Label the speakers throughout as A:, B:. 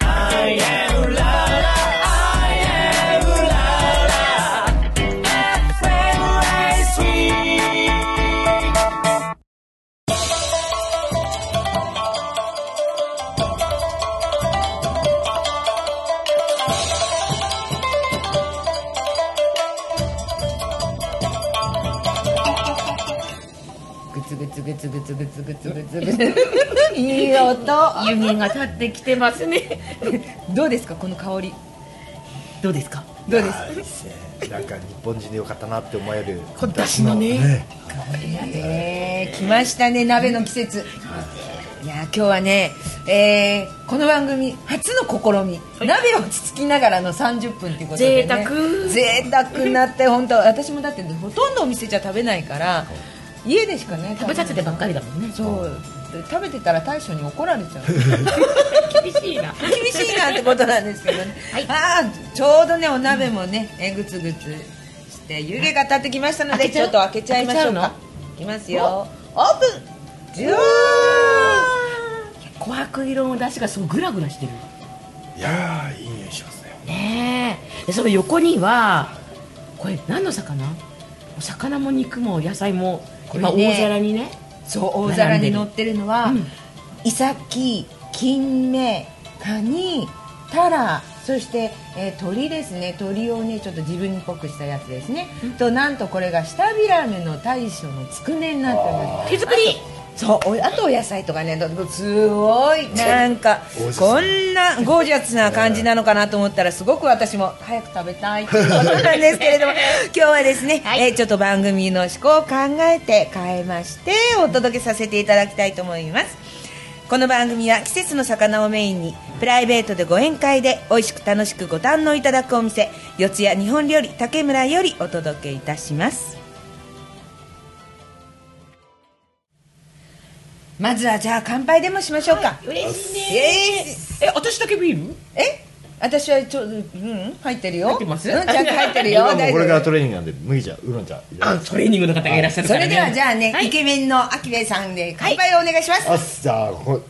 A: I am Lala, I am Lala. Samurai sweet.
B: グツグツグツグツグツグツグツグツいい音
C: 弓が立ってきてますね
B: どうですかこの香りどうですかどうですか
D: いいっすねなんか日本人でよかったなって思える
C: 今年のね
B: えー、来ましたね鍋の季節いやー今日はね、えー、この番組初の試み、鍋をつつきながらの30分っていうことで、ね、
C: 贅沢
B: 贅沢なって本当私もだってほとんどお店じゃ食べないから家でしかね
C: 食べさせてばっかりだもんね
B: そう食べてたら大将に怒られちゃう
C: 厳しい な
B: 厳しいなってことなんですけどね、
C: はい
B: ああちょうどねお鍋もね、えぐつぐつして湯気が立ってきましたので
C: 開け
B: ち
C: ちゃ
B: ょ
C: う
B: っと開けちゃいましょう
C: 開
B: か
C: け
B: いきますよオープンジュー
C: 琥珀色の出汁がすごいグラグラしてる
D: いやーいい匂いしますね
C: ねえでその横にはこれ何の魚お魚も肉も野菜も
B: これね
C: 今大皿にね
B: そう大皿に乗ってるのは、
C: 並んでる
B: イサキ金目カニタラそして、えー鳥ですね鳥をねちょっと自分っぽくしたやつですね、となんとこれが下ビラメの大将のつくねになってます
C: 手作り
B: そうおあとお野菜とかねどどすごいなんか
D: ゴージャス
B: こんなゴージャスな感じなのかなと思ったらすごく私も早く食べたいということなんですけれ ども今日はですね、えーちょっと番組の思考を考えて変えましてお届けさせていただきたいと思いますこの番組は季節の魚をメインにプライベートでご宴会で美味しく楽しくご堪能いただくお店四谷日本料理竹村よりお届けいたしますまずはじゃあ乾杯でもしましょうか、
C: 嬉しいね
B: えー
C: え私だけビール
B: え私はちょうん入ってるよ
C: 入ってます
B: うん、ちゃんと入ってるよ
D: 今もうこれか
B: 大
D: ら
B: 丈
D: トレーニングなんで麦茶ウーロン茶いただ
C: あ
D: きます
C: トレーニングの方がいらっしゃ
B: 夫そ
C: るから、
B: れ
C: ね、
B: ではじゃあね、
C: はい
B: イケメンのアキベさんで乾杯をお願いします、
D: あっじゃあここ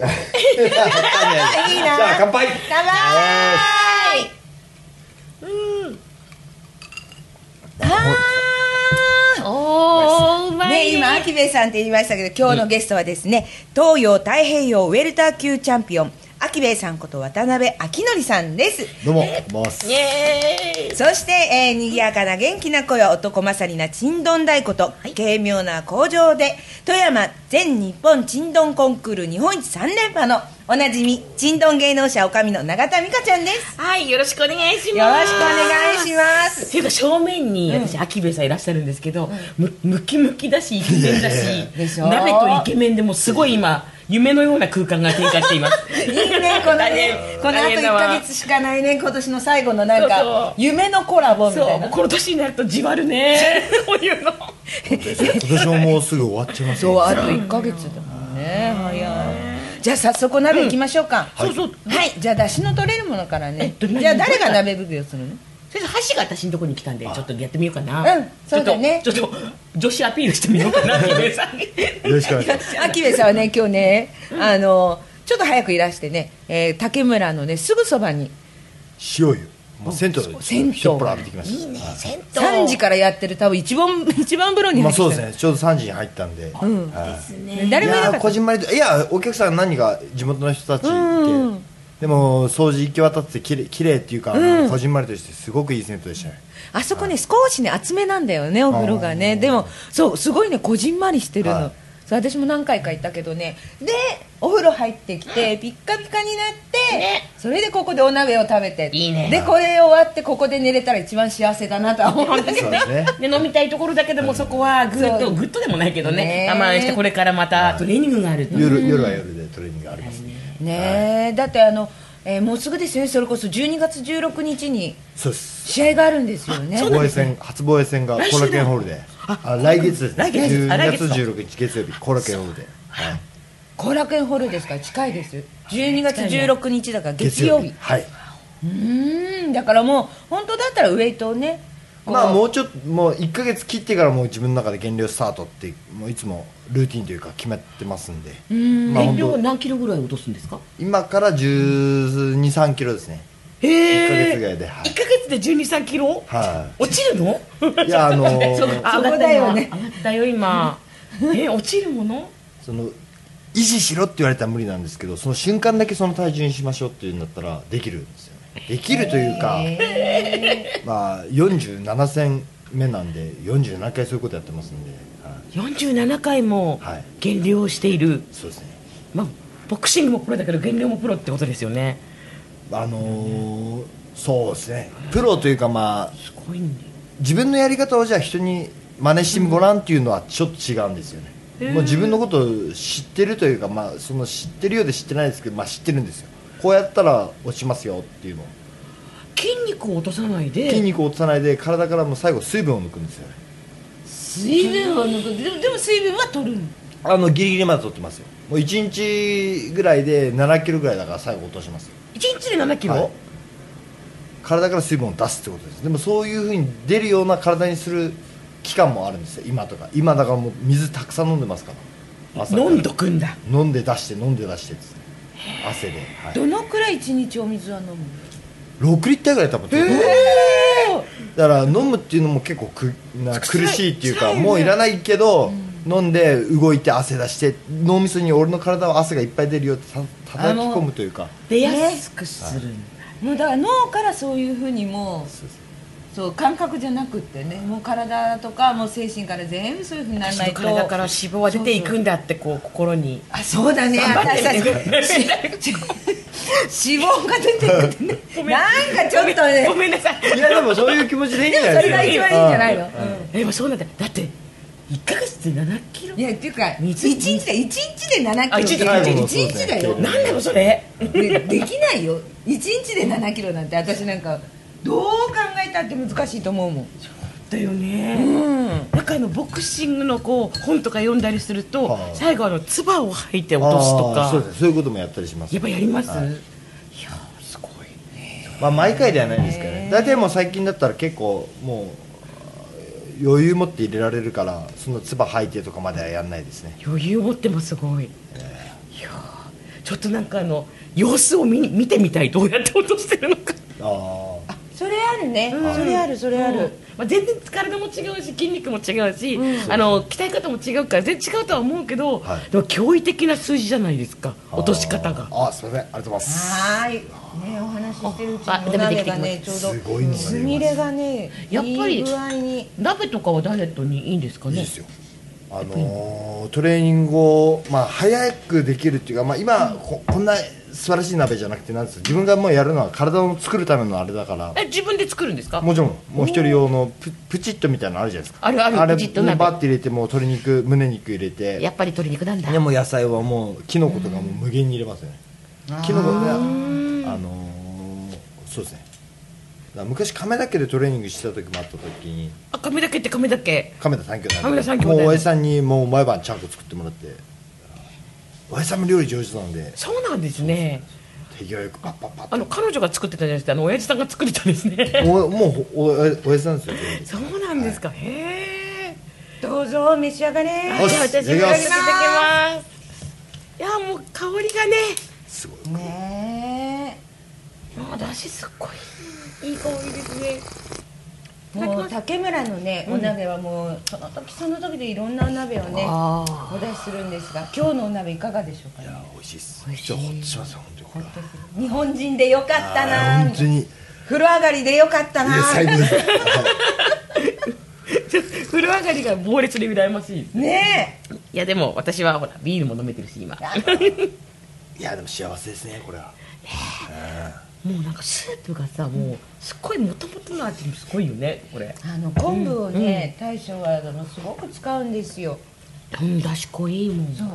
D: い
B: いいな
D: じゃあ乾杯
B: 乾杯
C: おーうまい
B: ね、今、アキベさんって言いましたけど、今日のゲストはですね、東洋太平洋ウェルター級チャンピオン、アキベさんこと渡辺明則さんです。
D: どうもこんばんは
C: イエーイ
B: そして、えー、にぎやかな元気な声は男勝りなちんどん太鼓と、軽妙な工場で富山全日本ちんどんコンクール日本一3連覇のおなじみちんどん芸能者おかみの永田美香ちゃんです
C: はいよろしくお願いしま
B: よ
C: す
B: ろしくお願いします
C: っていうか正面に私、秋兵衛さんいらっしゃるんですけど、むムキムキだしイケメンだ
B: で
C: し
B: しょ
C: 鍋とイケメンでもうすごい今夢のような空間が展開しています
B: いいねこのねこのあと
C: 大変
B: 1
C: だわ
B: ヶ月しかないね今年の最後のなん
C: そうそ
B: か
C: う
B: 夢のコラボみ
C: そ
B: たいうな
C: この年になるとじわるねこういうの
D: 今年ももうすぐ終わっちゃいます
B: そう
D: ね
B: あと1ヶ月だもんね早いじゃあ早速鍋いきましょうか、
C: そうそう
B: はいじゃあ出汁の取れるものからね
C: えっと
B: じゃあ誰が鍋奉行するの
C: それで箸が私のとこに来たんでちょっとやってみようかな
B: うんそうだね
C: ちょっとちょっと女子アピールしてみようかな秋兵衛さんに
D: よろしくお願いします
B: アキベさんはね今日ね、あのちょっと早くいらしてね、えー竹村のねすぐそばに
D: 塩湯もう銭湯で
B: 銭湯
D: ひょっぽら浴びてきました
B: 3時からやってる多分一番一番風呂に入
D: まあ
B: ってきた
D: そうですねちょうど3時に入ったんで、はい
B: 誰
D: い
B: もいな
D: や
B: か
D: ー
B: っ
D: こ
B: た
D: じんまりといやお客さん何人か地元の人たちいて、でも掃除行き渡ってきれきれいっていうか、あのこじんまりとしてすごくいい銭湯でしたね
B: あそこね少しね厚めなんだよねお風呂がね
D: あー
B: でもそうすごいねこじんまりしてるの、
D: はい
B: そう私も何回か行ったけどねでお風呂入ってきてピッカピカになって、それでここでお鍋を食べて
C: いいね
B: でこれ終わってここで寝れたら一番幸せだなとは思うんだけ
D: そ
B: ど
D: うですね
C: で飲みたいところだけでもそこはグッ
B: そ
C: と
B: う
C: グッとでもないけどね
B: ね
C: 我慢してこれからまたトレーニングがあると
D: 夜夜は夜でトレーニングがありますね
B: ねえ、だってあの、えーもうすぐですよねそれこそ12月16日に
D: そうです
B: 試合があるんですよね
D: 防衛戦初防衛戦が後楽園ホールであ来月ですね
C: 来月ですあ
D: 12
C: 来月
D: 月16日月曜日後楽園ホールで、はい、
B: 後楽園ホールですから近いです12月16日だから月曜日
D: はい、
B: うーんだからもう本当だったらウエイトをねこう
D: まあもうちょっともう1か月切ってからもう自分の中で減量スタートってもういつもルーティンというか決まってますんでまあ
C: 減
D: 本
C: 量
D: 当
C: 何キロぐらい落とすんですか
D: 今から1 2 3キロですね1か
C: へ
D: 月ぐらいでは
C: 1
D: い
C: ヶ月で1 2 3キロ
D: は
C: 落ちるの
D: いいやあ のー
B: あ上がったよね
C: 上がったよ今え落ちるもの
D: その維持しろって言われたら無理なんですけどその瞬間だけその体重にしましょうっていうんだったらできるんですよねできるというか、まあ47戦目なんで47回そういうことやってますんで、はい、
C: 47回も
D: はい
C: 減量をしている、
D: そうですね
C: まあ、ボクシングもプロだけど減量もプロってことですよね
D: あのーそうですねプロというかまあ
C: すごいね
D: 自分のやり方をじゃあ人に真似してごらんっていうのはちょっと違うんですよね、もう自分のことを知ってるというか、まあ、その知ってるようで知ってないですけど、まあ、知ってるんですよこうやったら落ちますよっていうのを
C: 筋肉を落とさないで
D: 筋肉を落とさないで体からもう最後水分を抜くんですよね
C: 水分を抜くでもでも水分は取る
D: あのギリギリまで取ってますよもう1日ぐらいで7キロぐらいだから最後落としますよ
C: 1日で7キロ、
D: はい体から水分を出すってことですでもそういうふうに出るような体にする期間もあるんですよ今とか今だからもう水たくさん飲んでますから朝から
C: 飲んどくんだ
D: 飲んで出して飲んで出してっつって汗で、はい、
B: どのくらい一日お水は飲むの
D: 6リッターぐらい多分取ってるだから飲むっていうのも結構くな苦しいっていうかもういらないけど、飲んで動いて汗出して脳みそに俺の体は汗がいっぱい出るよってた叩き込むというか
C: 出やすくするんだ、
B: もうだから脳からそういうふうにもうそう感覚じゃなくってねもう体とかもう精神から全部そういうふうになら
C: 私
B: ない
C: の
B: と
C: 体から脂肪は出ていくんだってこう心に
B: あそうだね私たちし脂肪が出てるってねなんかちょっとね
C: ごめんなさい
D: いやでもそういう気持ちでいいんじゃな
B: そ
D: い
B: れ
D: です
B: が
D: か
B: 一番いいんじゃないの、
C: えもうそうなんだだって1ヶ月で7キロ
B: いやっていうか1
C: 水
B: 日で一日で7
C: あ
B: キ
C: 一
B: ロ
C: 日
D: はいもう
B: 一日だ
D: そう
B: よ
D: ですね
C: なんだろうそれ
B: でできないよ1日で7キロなんて私なんかどう考えたって難しいと思うもん
C: だよね、
B: うん
C: なんかあのボクシングのこう本とか読んだりすると、
D: はい
C: 最後あの唾を吐いて落とすと
D: あー
C: か
D: そうですそういうこともやったりします
C: やっぱやります、、
D: はい
C: や
D: い
C: ーすごい
D: まあ、毎回ではないんですけどね大体もう最近だったら結構もう余裕持って入れられるからその唾吐いてとかまではやんないですね
C: 余裕を持ってますごい、いやーちょっとなんかあの様子を見に見てみたいどうやって落としてるのか
D: ああ
B: それあるね、それあるそれある、
C: うんまあ、全然体も違うし筋肉も違うし、あの鍛え方も違うから全然違うとは思うけど、
D: はい
C: でも驚異的な数字じゃないですか落とし方が
D: あーあーすみませんありがとうございます
B: はーいねお話ししてるうち
C: あ
B: にお鍋がねちょうど
D: すごいのが出ます
B: つみれがね
C: やっぱり
B: いい具合に
C: 鍋とかはダイエットにいいんですか
D: いい
C: ね
D: ですよあのートレーニングを、まあ、早くできるっていうか、まあ、今ここんな素晴らしい鍋じゃなくてなんです自分がもうやるのは体を作るためのあれだから
C: え自分で作るんですか
D: もちろんもう一人用のププチッとみたいなのあるじゃないですか
C: あるある
D: れ
C: プチッと鍋
D: もうバッて入れてもう鶏肉胸肉入れて
C: やっぱり鶏肉なんだ
D: でもう野菜はもうキノコとかもう無限に入れますよねキノコねあのーそうですねだから昔亀田家でトレーニングしてた時もあった時に
C: あ亀だけって亀だけ
D: 亀田三兄弟
C: 亀田三兄弟
D: もうおやじさんにもう毎晩ちゃんと作ってもらっておやじさんも料理上手なんで
C: そうなんですね
D: 手際よくパッパッパッ
C: あの彼女が作ってたじゃなくてあの親父さんが作ってたんですね
D: おもうおおおやじさんですよ全部
C: そうなんですか、へえ
B: どうぞ召し上がれ
C: じゃあ
D: よし
C: 私もい
D: い
C: た
D: た
C: だ
D: だ
C: きま
D: きます
C: すいやもう香りがね
D: すごい
B: ね
C: もうだしすっごいいい香りですね
B: えもう竹村のねお鍋はもうその時その時でいろんなお鍋をね
C: あ
B: お出しするんですが今日のお鍋いかがでしょうかね
D: あ美味しいっすちょっとホッとしますよ本当にこれは
B: 日本人でよかった
D: あー
B: な
D: 本当にい
B: 風呂上がりでよかったな
D: や最後 です
C: ちょっと 風呂上がりが猛烈に羨ましいです
B: ねえ
C: いやでも私はほらビールも飲めてるし今
D: いやでも幸せですねこれは
C: もうなんかスープがさもうすっごいもともとの味もすごいよねこれ
B: あの昆布をね、大将はあのすごく使うんですよ
C: うんだし濃いもん
B: そう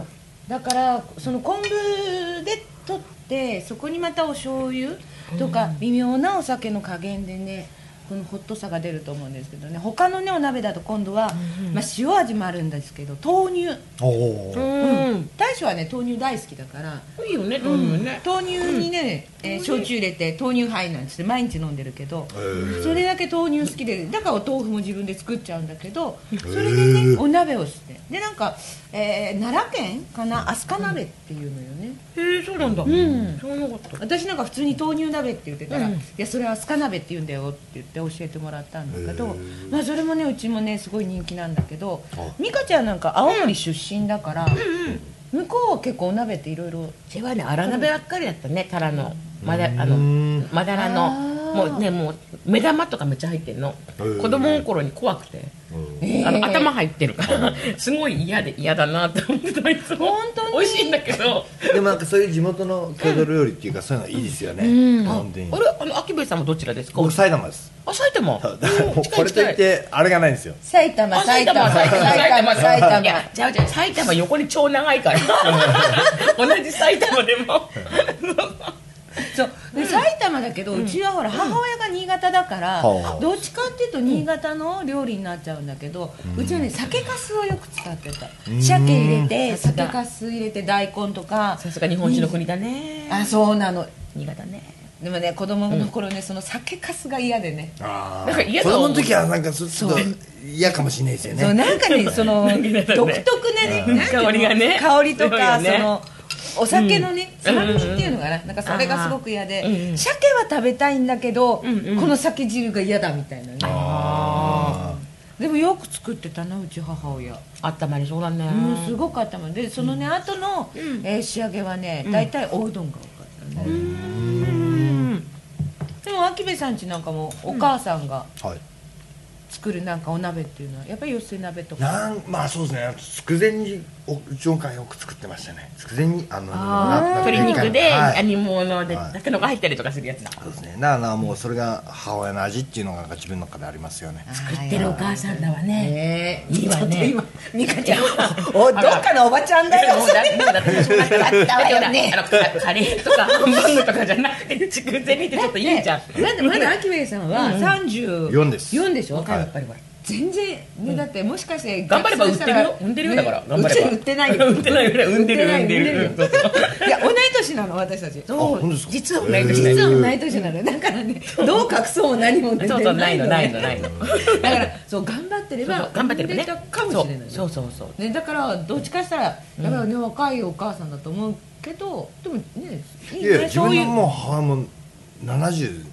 B: だからその昆布で取ってそこにまたお醤油とか微妙なお酒の加減でねこのホットさが出ると思うんですけどね他のねお鍋だと今度は、まあ、塩味もあるんですけど豆乳
D: おおー
C: うん
B: 大将はね豆乳大好きだから
C: いいよね豆乳ね、
B: 豆乳にね、えー焼酎入れて豆乳ハイなんつって毎日飲んでるけど、
D: ー
B: それだけ豆乳好きでだからお豆腐も自分で作っちゃうんだけどそれでねお鍋をしてでなんか、えー奈良県かな飛鳥鍋っていうのよね
C: へえそうなんだ、
B: ん
C: 知らなかった
B: 私なんか普通に豆乳鍋って言ってたら「
C: うん
B: いやそれは飛鳥鍋って言うんだよ」って言って教えてもらったんだけど、まあ、それもねうちもねすごい人気なんだけど
D: あ
B: 美香ちゃんなんか青森出身だから、向こうは結構お鍋っていろいろ
C: うちはね荒鍋ばっかりだったねタラのまだあの
D: うん
C: まだらの
B: あー
C: もうねもう目玉とかめっちゃ入ってるの
D: ー
C: 子供の頃に怖くてあの頭入ってるからすごい嫌で嫌だなって思ってたいつも
B: 本当に
C: 美味しいんだけど
D: でもなんかそういう地元の郷土料理っていうかそういうのいいですよね、本当に
C: あれあの秋部さんもどちらですか
D: 僕埼玉です
C: あ埼 玉
D: だからもうこれといっ
C: 近い近い
D: てあれがないんですよ
B: 埼玉
C: あ
B: 埼
C: 埼
B: 玉
C: 玉埼玉埼玉
B: 埼
C: いやじゃあじゃあ埼玉横に超長いから同じ埼玉でも
B: そうで埼玉だけどうちはほら母親が新潟だから
D: はあ
B: どっちかっていうと新潟の料理になっちゃうんだけどうちはね酒かすをよく使ってた鮭入れて
C: さすが
B: 酒かす入れて大根とか
C: さすが日本酒の国だね
B: あそうなの
C: 新潟ね
B: でもね子供の頃ねその酒かすが嫌でね
D: あ
C: なんか嫌
D: 子
C: だも
D: 供
C: ん
D: の時はなんかそちょっと嫌かもしれないですよ
B: そう
D: ね
B: なんか ねその
C: なんかね
B: 独特なねなんていうの
C: 香りがね
B: 香りとか
C: そうよね
B: そのお酒のね
C: うん
B: 酸味っていうのがななんかそれがすごく嫌
C: あーうんう
B: で
C: ん
B: 鮭は食べたいんだけどこ
C: うんうん
B: の酒汁が嫌だみたいなね
D: あ
B: でもよく作ってたなうち母親
C: あったまりそうだね
B: うんすごく頭でそのね後のえー仕上げはね大体おうどんが多かったね
C: うん
B: でも秋部さんちなんかもお母さんが
D: ーはい
B: 作るなんかお鍋っていうのはやっぱり寄せ鍋とか
D: なんまあそうですね筑前煮をうちの会よく作ってましたね筑前煮あのな
C: 鶏肉で
D: はい
C: 煮物で
D: はい
C: たけのこ入ったりとかするやつだ
D: そうですねだからなもうそれが母親の味っていうのがなんか自分の中でありますよね
C: 食ってるお母さんだわね
B: ね
C: いいわね
B: ちょっと今美香ちゃんおどっかのおばちゃんだよ
C: もうだもうだってそうなった
B: だったわよね
C: だってほらあのカカレーとかハンバーグとかじゃなくて筑前煮ってちょっといいじゃん
B: なんでまだ秋部さんは34
D: 4です
B: 4でしょ、
D: 若い
C: やっぱりほら
B: 全然ねだってもしかして
C: 頑張れば売ってるよ
B: 逆
C: 産んで
B: 算したね
C: るよだから頑張
B: うち
C: れば
B: 売ってないよ
C: 売ってないぐらい産んでる産んでる
B: 産んでないいや同い年なの私たち
D: 本当ですか
C: 実は同い年だよ
B: 実は同い年なのよだからねどう隠そうも何も全
C: そう
B: 然
C: そうないのない
B: ね
C: のないの
B: だからそう頑張ってれば
C: 頑張ってるね
B: 産んでたかもしれないのよ
C: そうそうそう
B: ね、だからどっちかしたら、やっぱりね若いお母さんだと思うけどでもねいい
D: いや
B: ね
D: 自
B: そう
D: 分
B: い
D: の
B: う
D: もう母もう70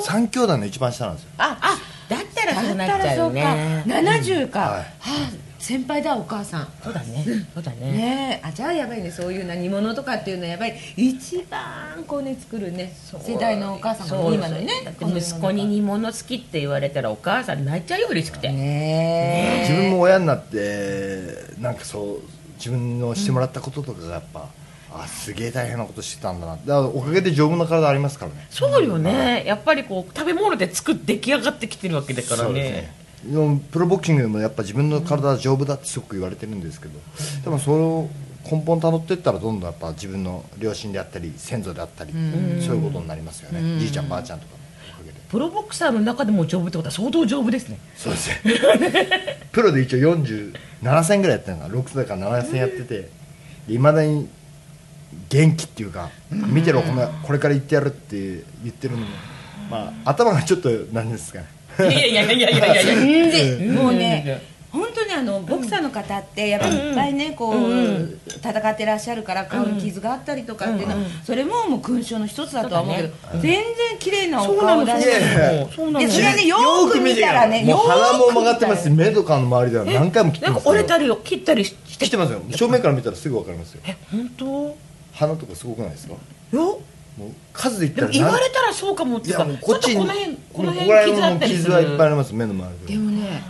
D: 三兄弟の一番下なんですよ
B: あ
C: あだったらそう
B: だ
C: な
B: った
C: っち
B: ら
C: ゃ
B: そう
C: うよ
B: か
C: ね
B: 70か、
D: うんはい
B: はあ先輩だお母さん
C: そうだねそうだね
B: ねえあじゃあやばいねそういう何物とかっていうのはやばい一番こうね作るね世代のお母さんが
C: そう
B: 今のね
C: だって息子に煮物好きって言われたらお母さん泣いちゃうよ嬉しくて、
B: ね
D: 自分も親になってなんかそう自分のしてもらったこととかがやっぱ、あすげえ大変なことしてたんだなだからおかげで丈夫な体ありますからね
C: そうよね、やっぱりこう食べ物で作っ出来上がってきてるわけだから
D: そう
C: ね
D: ですねでもプロボクシングでもやっぱ自分の体は丈夫だってすごく言われてるんですけどでもそれを根本たどっていったらどんどんやっぱ自分の両親であったり先祖であったりそういうことになりますよねじいちゃんばあちゃんとかのおかげで
C: プロボクサーの中でも丈夫ってことは相当丈夫ですね
D: そうですね プロで一応47戦ぐらいやってるのかな6戦から7戦やってていまだに元気っていうか見てろこのこれから行ってやるって言ってるのも、まあ、頭がちょっとなんですかね
C: いやいやいやいやいやいや
B: でもう
C: うん
B: ね本当にあのボクサーの方ってやっぱりいっぱいねこう、戦ってらっしゃるから顔に傷があったりとかっていうのは、それももう勲章の一つだとは思うけど、全然綺麗なお
C: そうな
B: 顔
C: の
B: だし
D: いやいや
C: そうなの
B: でそれはねよーく見たらね
D: もう鼻も
B: よーく見たら
D: 曲がってますし目とかの周りでは何回も切って
C: なん
D: ま
C: か
D: す
C: 折れた
D: り
C: り切ったりし
D: 切ってますよ正面から見たらすぐ分かりますよ
C: え本当
D: 鼻とかすごくないですか
C: よ
D: もう数で言っ
C: で
D: た
C: も言
D: ら
C: わ
D: 何
C: れたらそうかもって
D: い
C: いうか
D: やもうこっち
C: ちょっと
D: に
C: この辺この
D: もうこら
C: 辺傷あっ
D: 辺も
C: たりす
D: 傷
C: る
D: はいっぱいあります目の周
B: で
D: りで
B: もね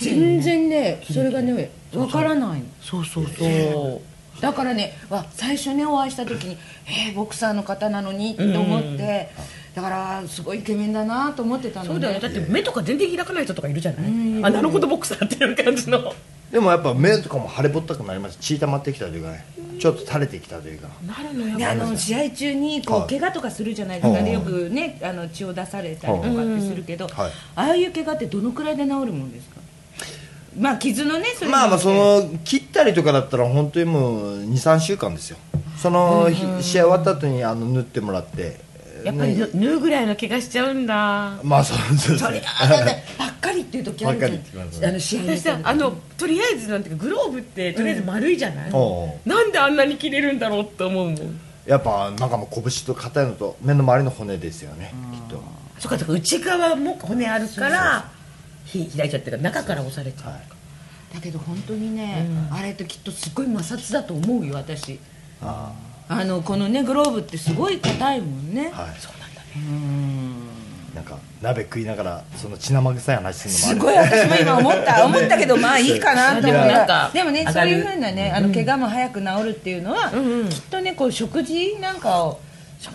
B: 全然ねそれがねわからないの
C: そうそうそう
B: だからねわ最初ねお会いした時に「えー、ボクサーの方なのに」って思って、だからすごいイケメンだなと思ってたの
C: そうだよねだって目とか全然開かない人とかいるじゃない、
B: ん
C: あなるほどボクサーっていう感じの
D: でもやっぱ目とかも腫れぼったくなります血溜まってきたというかねちょっと垂れてきたというか
C: なるのよ
B: ねあの試合中にこ
D: は
B: う
D: い
B: 怪我とかするじゃないですか、
D: はい
B: でよく、ね、あの血を出されたりとかってするけど、
D: はい
B: ああいう怪我ってどのくらいで治るもんですか、まあ、傷のねそれ
D: まあまあそ
B: によって
D: の切ったりとかだったら本当にもう23週間ですよその日試合終わった後にあの縫ってもらって
C: やっぱり
D: ね
C: ぬ縫うぐらいの怪我しちゃうんだ
D: まあそうそうそ
B: そうれあだねばっかりっていう時あるじゃん
D: ばっかりって言います
B: あの試合
C: 私
B: で
C: さあのとりあえずなんていうかグローブってとりあえず丸いじゃない、
D: おう
C: なんであんなに切れるんだろうって思うもん
D: やっぱなんかもう拳と硬いのと目の周りの骨ですよねきっと
C: そっかだから内側も骨あるからひ開いちゃってるから中から押されちゃう、
D: はい
B: だけど本当にね、あれってきっとすごい摩擦だと思うよ私
D: あ
B: あのこのねグローブってすごい硬いもんね、
D: あはい
C: そうなんだね
D: なんか鍋食いながらその血生臭い話す
B: す
D: るのも
B: ご
D: あ
B: い
D: る
B: 私も今思 った思ったけどまあいいかなと思
D: いや
C: なんか
B: でもね
C: 上
B: そ
C: が
B: う
C: る
B: いうふうなねあの怪我も早く治るっていうのは、きっとねこう食事なんかを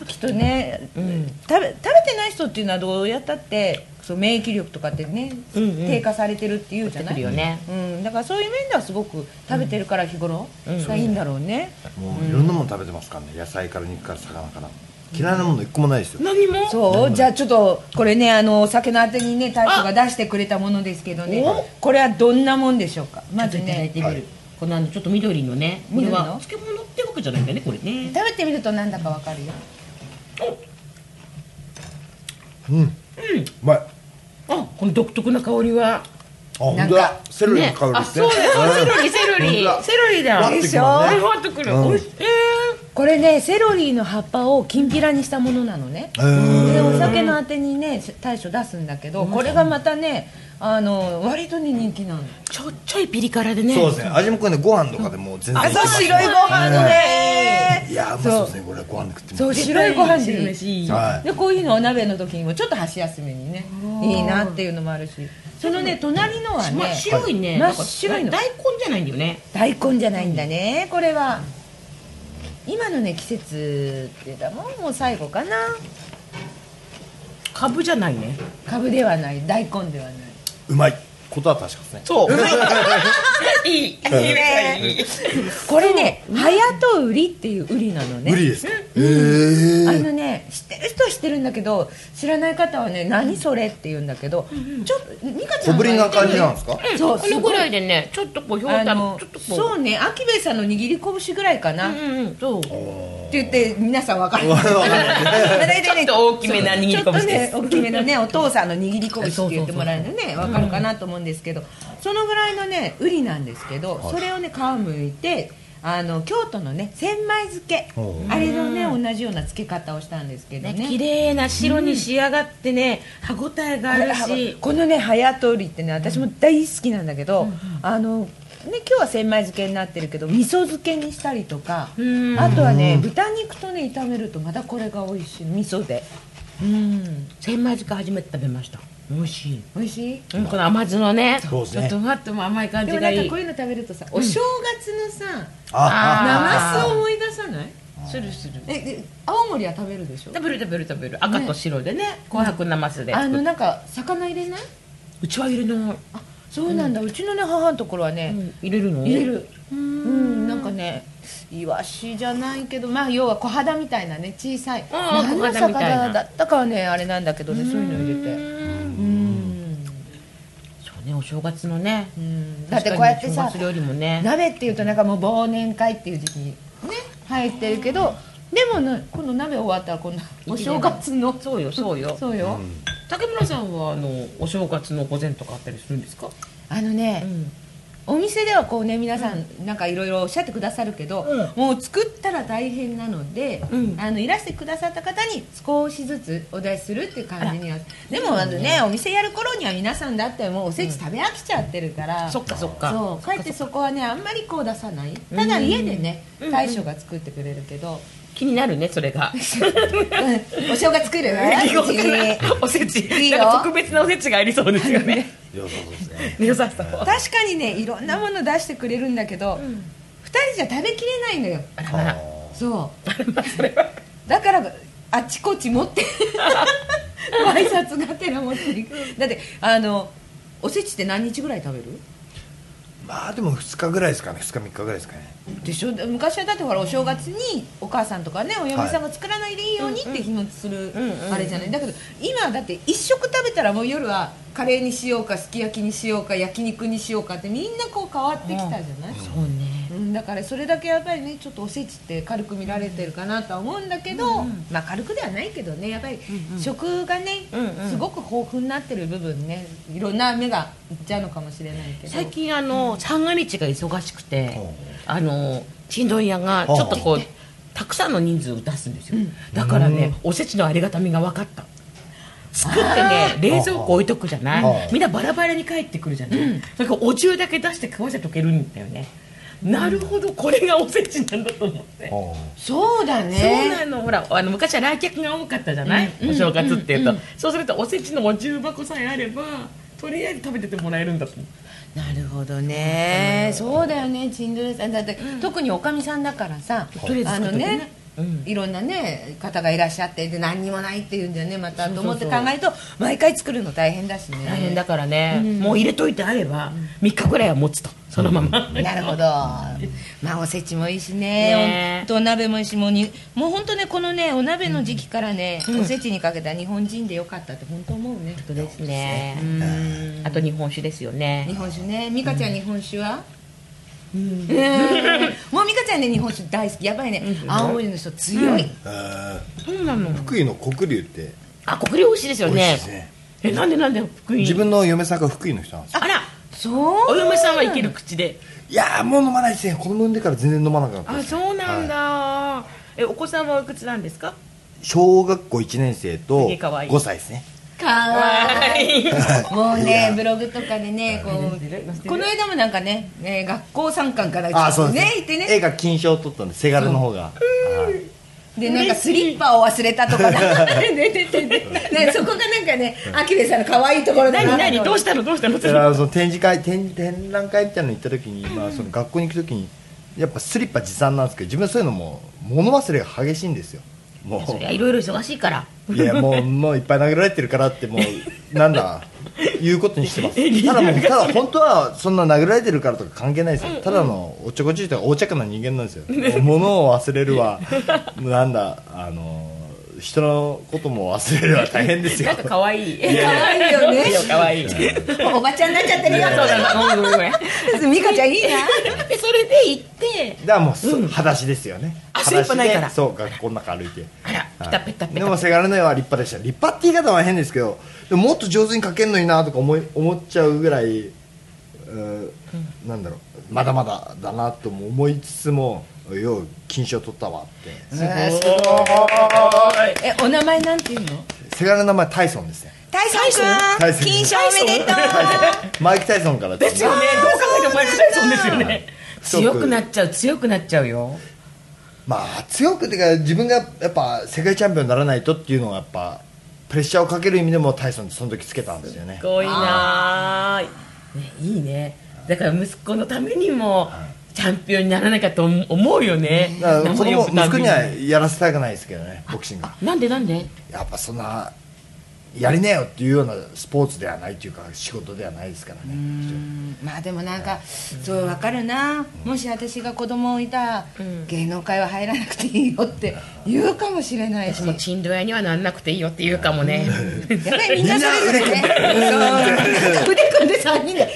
B: きっとね、食べ食べてない人っていうのはどうやったってそう免疫力とかってね、
C: うんうん
B: 低下されてるっていうじゃな
C: 出て
B: い
C: るよね
B: うん、だからそういう面ではすごく食べてるから日頃がいいんだろうね、
D: もういろんなもの食べてますからね野菜から肉から魚から嫌いなもの一個もないですよ
C: 何も
B: そうじゃあちょっとこれねあのお酒のあてにね大将が出してくれたものですけどね
C: お
B: これはどんなもんでしょうかま
C: ま
B: ず
C: ずいただい
B: ね
C: てみる、
D: はい
C: このあのちょっと緑のねこれ
B: 緑の
C: は漬物ってわけじゃないんだねこれね
B: 食べてみるとなんだかわかるよ
D: うんうんうまいあ
C: あこの独特な香りは
D: 本当だセロリの
C: ね
D: 香りで
C: あ
D: す
C: そう
D: ね
C: だセロリセロリ
D: 本当だ
C: セロリだ
D: わってきま
C: あ
D: すね
C: ふわっとくる、
D: うん
C: おいしえ
B: これねセロリの葉っぱをきんぴらにしたものなのね
D: へー
B: でお酒のあてにね大将出すんだけどこれがまたねあの割とね人気なの
C: ーちょっちょいピリ辛でね
D: そうですね味もこれねご飯とかでもう全然いけます
B: いご飯ね
D: いやうまそうですねこれはご飯で食っても
B: そう
C: 絶
B: 白
C: 対
B: いご飯
C: 白
B: でい
C: 飯
B: い
C: いい
D: はい
B: でこういうのお鍋の時にもちょっと箸休めにねいいなっていうのもあるしそのね隣のは
C: ま
B: ね
C: 白いね、
B: はい
C: なんか
B: 真っ白いの
C: 大根じゃないんだよね
B: 大根じゃないんだねこれは今のね季節ってだもんもう最後かな
C: カブじゃないね
B: 株ではない大根ではないう
D: まいことは確かですね
C: そう いいいい
B: ね
C: いいいい
B: これね「はやとうり」っていううりなのね
D: 無理ですかへ
B: あ
D: え
B: のね知ってる人は知ってるんだけど知らない方はね「何それ」って言うんだけどちょっと美香ちゃ
D: 小
B: ん
D: ぶりな感じなんです
B: か
D: か
B: そう
C: このぐらいでねちょっとこうひょう
B: あ
C: たん
B: の
C: ちょっとこう
B: そうね秋兵衛さんの握り拳ぐらいかな、
C: う
B: って
C: んうんそう
B: 言って皆さん 分かる大体ね
C: ちょっと大きめな握り
B: ちょっと
C: 拳で
B: ね
C: す
B: 大きめのねお父さんの握り拳って言ってもらえるのねわかるかなと思うんですけどそのぐらいのねウリなんですけどそれをね皮むいてあの京都のね千枚漬け
D: ほう
B: あれのね同じような漬け方をしたんですけど
C: ね
B: ね
C: 綺麗な白に仕上がってね、歯ごたえがあるし
B: このね早とうりってね私も大好きなんだけど、あのね、今日は千枚漬けになってるけど味噌漬けにしたりとか
C: うん
B: あとはね豚肉とね炒めるとまたこれが美味しい味噌でうん
C: 千枚漬け初めて食べました美味しい、
B: 美味しい
C: うん、この甘酢のね
D: そうですね
C: ちょっとふわっとも甘い感
B: で
C: じ
B: もな
C: が
B: ん
C: い
B: か
C: い
B: こういうの食べるとさ、お正月のさ
C: あー
D: あ
B: 生酢を思い出さない
C: するする
B: えで青森は食べるでしょ
C: 食べる食べる食べる赤と白でね紅白生酢で
B: あの
C: う
B: なんか魚入れないう
C: ちは入れない
B: そうなんだ、うちのね母のところはね、
C: 入れるの
B: 入れるうんなんかねイワシじゃないけどまあ要は小肌みたいなね小さい
C: うん
B: 何の
C: 小肌みたいな
B: 魚だったかはねあれなんだけどねそういうの入れてうん
C: そうねお正月のね
B: うんだってこうやってさ
C: 確かに正月料理もね
B: 鍋っていうとなんかもう忘年会っていう時期にね入ってるけどでもね今度鍋終わったらこんなお正月の
C: そうよそうよ
B: そうよ
C: 竹村さんはあのお正月の午前とかあったりするんですか
B: あのね
C: ん
B: お店ではこうね皆さんなんかいろいろおっしゃってくださるけど、もう作ったら大変なので、
C: うん
B: あのいらしてくださった方に少しずつお出しするっていう感じにはでもあのねお店やる頃には皆さんだってもうおせち食べ飽きちゃってるから、
C: そっかそっか
B: そうかえってそこはねあんまりこう出さないただ家でね、大将が作ってくれるけど、
C: 気になるねそれ が
B: うんお正月作る
C: おせち
B: いいよ
C: なんか特別なおせちがありそうですよね
D: ー良さそうですね
C: 良さそう
B: 確かにねいろんなもの出してくれるんだけど、二2人じゃ食べきれないのよ
C: あら
D: あ
C: ま
D: ー
C: あ
B: そうだからあちこち持って ご挨拶がてら持っていくだってあのおせちって何日ぐらい食べる
D: まあでも2日ぐらいですかね2日3日ぐらいですかね
B: でしょで昔はだってほらお正月にお母さんとかねお嫁さんが作らないでいいようにって日持ちするあれじゃないだけど今だって一食食べたらもう夜はカレーにしようかすき焼きにしようか焼肉にしようかってみんなこう変わってきたじゃない、
C: そうね
B: うん、だからそれだけやっぱりねちょっとおせちって軽く見られてるかなとは思うんだけど、まあ軽くではないけどねやっぱり食がね、
C: うんうん
B: すごく豊富になってる部分ねいろんな目がいっちゃうのかもしれないけど
C: 最近あの三が日が忙しくてあのちんどん屋がちょっとこうたくさんの人数を出すんですよだからねおせちのありがたみが分かった作ってね冷蔵庫置いとくじゃな
D: あ
C: い
D: あ
C: みんなバラバラに帰ってくるじゃないそれからお重だけ出して食わせとけるんだよねなるほどこれがおせちなんだと思って
B: そうだ
C: そう
B: ね
C: なのほらあの昔は来客が多かったじゃない、お正月っていうと、そうするとおせちのお重箱さえあればとりあえず食べててもらえるんだと思う
B: なるほどね、そうだよねチンドレさんだって、特におかみさんだからさ
C: とりあえず
B: あ
C: 作
B: の
C: っとくね
B: ね、いろんなね方がいらっしゃってで何にもないっていうんだよねまたと思って
C: そう
B: 考
C: そうそう
B: えると毎回作るの大変だしね
C: 大変だからね、もう入れといてあれば3日ぐらいは持つとそのまま、
B: なるほどまあおせちもいいし
C: ね
B: ねほんとお鍋もいいしもうにもう本当ねこのねお鍋の時期からね、おせちにかけた日本人でよかったって本当思うね
C: 当ですねあと日本酒ですよ
B: 日
C: ね
B: 本酒ね美香ちゃん日本酒はうんもう美香ちゃんね日本酒大好きやばいね青森の人強い
C: そうなの
D: 福井の黒龍って
C: あ国流美味しいですよ
D: 美味しい
C: ね
D: で
C: え
D: すね
C: なんでなんで福井
D: 自分の嫁さんが福井の人なんですよ
C: あら
B: そ
C: お
B: う
C: 嫁さんはいける口で
D: いやーもう飲まないですね子供産んでから全然飲まなくなった
C: あそうなんだ、えお子さんはおいくつなんですか
D: 小学校1年生と
C: すげえ可愛い
D: 5歳ですね
B: かわいいもうねブログとかでねこうこの間もなんかねね学校参観から
D: あそうです
B: ね
D: ね
B: 行ってね
D: 絵が金賞を取ったんでせがれの方がはい
B: でなんかスリッパを忘れたとかなんかねねねねねそこがなんかねアキレさんの可愛いところだな
C: 何何どう
B: し
C: したのどうしたの
D: だからその展示会展展覧会みたいなの行った時に、まあ、その学校に行く時にやっぱスリッパ持参なんですけど自分はそういうのも物忘れが激しいんですよも
C: そりゃ
D: う
C: いろいろ忙しいから
D: いやもうもういっぱい投げられてるからってもうなんだ言うことにしてますただもうただ本当はそんな殴られてるからとか関係ないですよただのおっちょこちょいとかおちゃかな人間なんですよもう物を忘れるわなんだあの人のことも忘れるは大変ですよ
C: なんか可愛い可
B: 愛いよ ね
C: 可愛いそう
B: おばちゃんになっちゃってるよ
C: なのごめんごめんご めん
B: 美香ちゃんいいな
C: えそれで行って
D: だからもうす、裸足ですよね
C: あスリッパないから
D: 裸足でそう学校の中歩いて
C: あら
D: は
C: ピ
D: い
C: タペタペ
D: で
C: タ
D: もせがれの絵は立派でした立派って言い方は変ですけどでももっと上手に描けるのになとか思い思っちゃうぐらい、うーなんだろうまだまだだなとも思いつつもよう金賞取ったわっ
B: すごいえお名前なんていうの
D: てせがれの名前タイソンですね
B: 大将
D: タ
B: 君
D: イソン
B: 金賞おめでとう
D: マイク・タイソンからで
C: ですよねどう考えてもマイク・タイソンですよね強くなっちゃう強くなっちゃうよ
D: まあ強くてか自分がやっぱ世界チャンピオンにならないとっていうのがやっぱプレッシャーをかける意味でもタイソンってその時つけたんですよね
C: すごいなあねいいねだから息子のためにもチャンピオンにならなきゃと思うよね
D: だから子供息子には
C: に
D: やらせたくないですけどねボクシングは
C: なんでなんで
D: やっぱそんなやりなよっていうようなスポーツではないというか仕事ではないですからね
B: まあでもなんかそうわかるなもし私が子供いたら芸能界は入らなくていいよって言うかもしれないし
C: もうチンド屋にはなんなくていいよって言うかもね
B: やっぱりみんなそれぞれねそう腕組んで3人で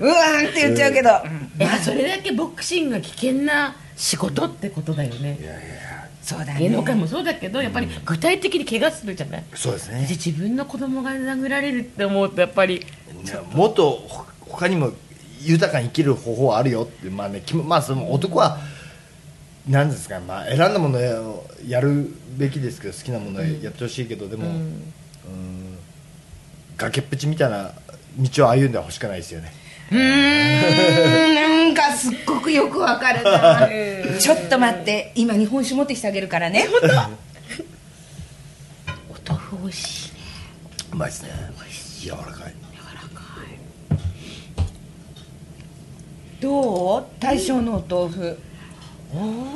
B: うわーんって言っちゃうけどうん
C: いやそれだけボクシングが危険な仕事ってことだよね
B: そうだ
C: 芸能
B: ね
C: 界もそうだけどやっぱり具体的に怪我するじゃない
D: そうです
C: で
D: ね
C: 自分の子供が殴られるって思うとやっぱり
D: もっとほ他にも豊かに生きる方法はあるよってまあねきもまあその男はなんですか、まあ、選んだものをやるべきですけど好きなものをやってほしいけど、でも、うん、崖っぷちみたいな道を歩んではほしくないですよね
B: うーんなんかすっごくよくわかるなちょっと待って今日本酒持ってきてあげるからね
C: お豆腐美味しいね
D: うまいですね柔らかい
B: どう大将のお豆腐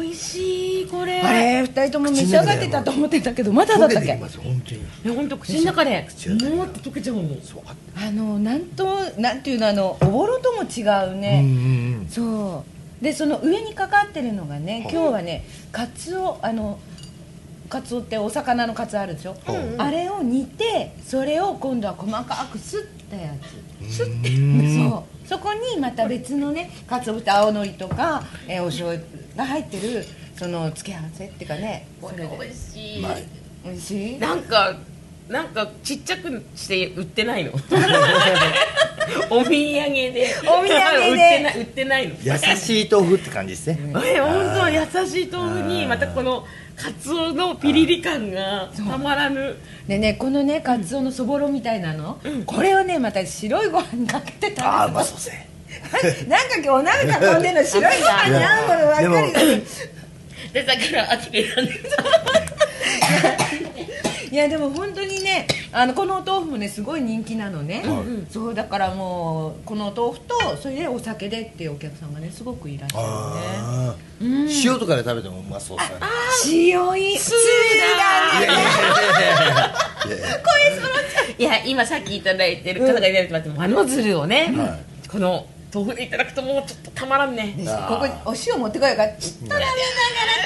C: 美味しいこれ
B: あれ二人とも召し上がってたと思ってたけどまだ
E: 溶
B: だっ
E: け
B: たって
E: き
B: け
E: ますよ本当に
C: え本当口の中で
E: 口の中で
C: もっと溶けちゃうもん
E: そうあ
B: あのなんとなんていうのあのおぼろとも違うね、
D: うんうん
B: そうでその上にかかってるのがね今日はねカツオあのカツオってお魚のカツオあるでしょ、あれを煮てそれを今度は細かくすったやつすってそうそこにまた別のねかつおと青のりとか、えー、お醤油が入ってるその付け合わせっていうかねそれで
C: 美味し
E: う
C: い
E: まい
B: 美味しい
C: なんかなんかちっちゃくして売ってない のお土産で
B: お土産で
C: 売ってない売ってないの
D: 優しい豆腐って感じですね
C: え本当優しい豆腐にまたこのカツオのピリリ感がたまらぬ
B: でねこのねカツオのそぼろみたいなの、これをねまた白いご飯にかけて
D: ああ
B: 食べ
D: うま
B: て
D: そうぜ
B: なんか今日お鍋囲んでるの白いご飯に合うものばっかりだけど
C: でだから秋で選んで
B: いやでも本当にねあのこのお豆腐もねすごい人気なのね、そうだからもうこのお豆腐とそれでお酒でっていうお客さんがねすごくいらっしゃるのね
D: あー塩とかで食べてもうまそうですね
B: 強い酢だね
C: いや今さっきいただいてる方がいただいてますあのズルをね、この豆腐でいただくともうちょっとたまらんね
B: ここにお塩持ってこようからちっと食べながらっ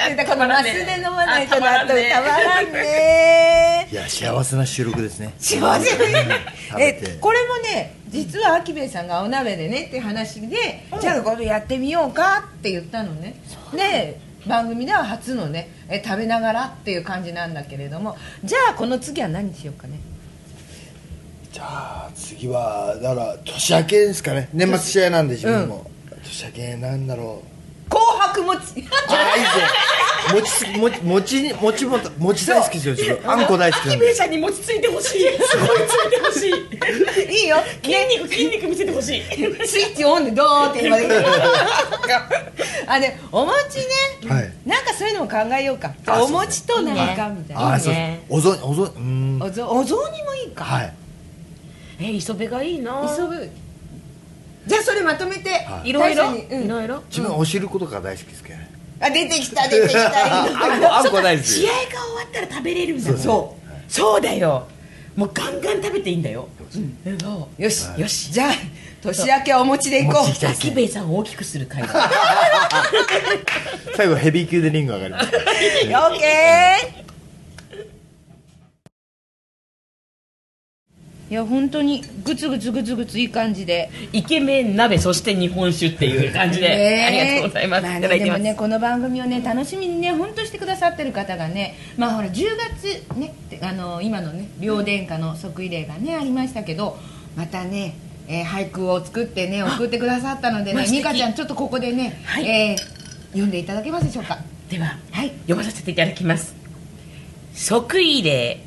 B: て言ったこのマスで飲まないと
C: たま
B: な
C: ら
B: っ
C: ん
B: と
C: ね
B: たまらんね
D: いや幸せな収録ですね
B: しません
D: 食べて
B: えこれもね実はアキベイさんが青鍋でねって話で、じゃあこれやってみようかって言ったのねで番組では初のねえ食べながらっていう感じなんだけれどもじゃあこの次は何にしようかね
E: じゃあ次はだから年明けですかね年末試合なんで自分も、年明けなんだろう
B: 紅白餅
D: あいいですね餅つき餅餅餅も餅大好きですよ自分あんこ大好きな
C: 秋
D: ん
C: 兵衛
D: で
C: さんに餅ついてほしいすごいついてほ しい
B: いいよ
C: 筋肉筋肉見せてほしい
B: スイッチオンでドーンって今でき るあでお餅ね、
D: はい
B: なんかそういうのも考えようか
D: あ
B: お餅と何かみたいな、
D: あー
C: いい
D: そうで
C: ね
D: すお雑煮お雑煮うーん
B: おぞお雑煮もいいか、
D: はい
C: え磯辺がいいな
B: 急ぐじゃあそれまとめて、
D: はい
C: ろいろ
B: 最初にうん
C: いろいろ
D: 自分お汁粉とか大好きですけどね
B: あ出てきた出てきた
D: あんこあんこ大好
C: 試
D: き
C: 合が終わったら食べれるんだそう
B: そ
C: そうだよもうガンガン食べていいんだよ、うんそう
B: よし、
C: よし
B: じゃあ年明けはお餅でいこう
D: 餅行きたいです
C: 秋
D: ね
C: 兵衛さんを大きくする会だ
D: 最後ヘビー級でリング上がりました
B: オッケーいや本当にグツグツグツグツいい感じで、
C: イケメン鍋そして日本酒っていう感じで、
B: ね
C: ありがとうございます、
B: あ
C: い
B: ね
C: ただき
B: でも
C: ます、
B: ねこの番組をね楽しみにね本当してくださってる方がねまあほら10月ねってあの今のね両殿下の即位礼がねありましたけどまたね、えー俳句を作ってね送ってくださったのでね
C: あ素
B: 美
C: 敵
B: 香ちゃんちょっとここでね、
C: はい
B: えー読んでいただけますでしょうか
C: では
B: はい
C: 読まさせていただきます即位礼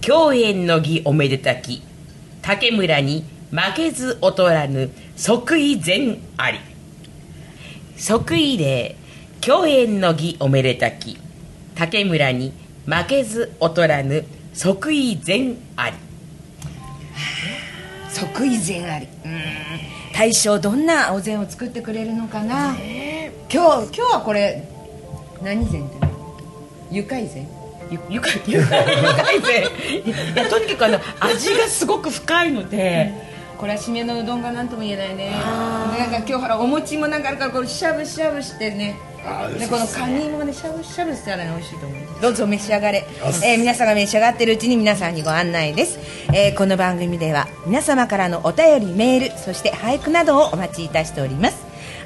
C: 共演の儀おめでたき竹村に負けず劣らぬ即位前あり即位礼共演の儀おめでたき竹村に負けず劣らぬ即位前あり
B: 即位膳あり大将どんなお膳を作ってくれるのかな、今日今日はこれ何膳って愉快膳
C: ゆゆかゆかゆかいぜいやとにかくあの味がすごく深いので、
B: これは締めのうどんが何とも言えないねなんか今日ほらお餅もなんかあるからこれしゃぶしゃぶしてね
E: あー
B: で
E: そ
B: こ
E: う
B: の
E: っ
B: カニもねしゃぶしゃぶしたらね美味しいと思うどうぞお召し上がれ、えー皆さんが召し上がってるうちに皆さんにご案内です、えーこの番組では皆様からのお便りメールそして俳句などをお待ちいたしております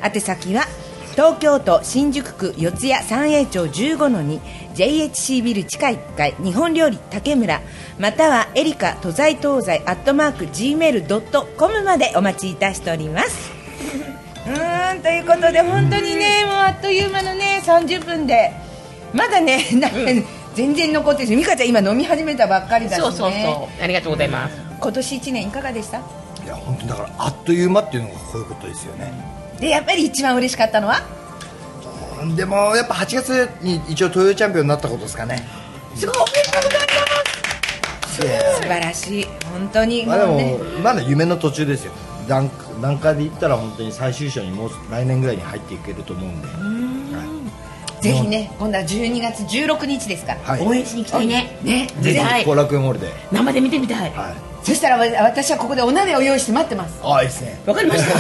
B: 宛先は東京都新宿区四谷三栄町15の 2JHC ビル地下1階日本料理竹村またはエリカ都在東西アットマーク Gmail.com までお待ちいたしておりますうーんということで本当にねもうあっという間のね30分でまだね なんか全然残ってるし美香ちゃん今飲み始めたばっかりだしね
C: そうそうそうありがとうございます
B: 今年1年いかがでした
D: いや本当にだからあっという間っていうのがこういうことですよね
B: でやっぱり一番嬉しかったのは
D: でもやっぱ8月に一応東洋チャンピオンになったことですかね
B: すごいおめでとうございます素晴らしい本当に
D: まあで
B: もうね
D: もまだ夢の途中ですよ段段階で言ったら本当に最終章にもう来年ぐらいに入っていけると思うんではい
B: ぜひね今度は12月16日ですから、
D: はい
C: 応援しに来たいねね
D: ぜ
C: 絶対
D: ひ後楽園モールで
C: 生で見てみたい
D: はい
B: そしたらわ私はここでお鍋を用意して待ってます
D: ああいいですね
C: わかりま した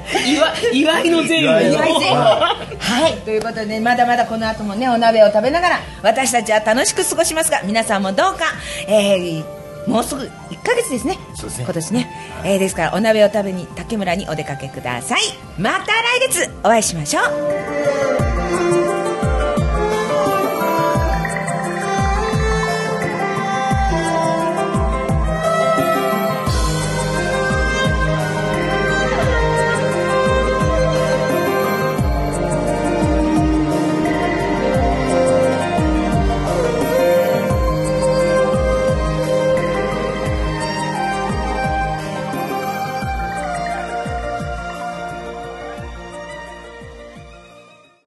C: 祝いの前
D: 祝いの
B: 岩
D: 前
B: 井
D: 後
B: 前はいということでまだまだこの後もねお鍋を食べながら私たちは楽しく過ごしますが皆さんもどうか、えーもうすぐ1ヶ月ですね
D: そうですね
B: 今年ね、えーですからお鍋を食べに竹村にお出かけくださいまた来月お会いしましょう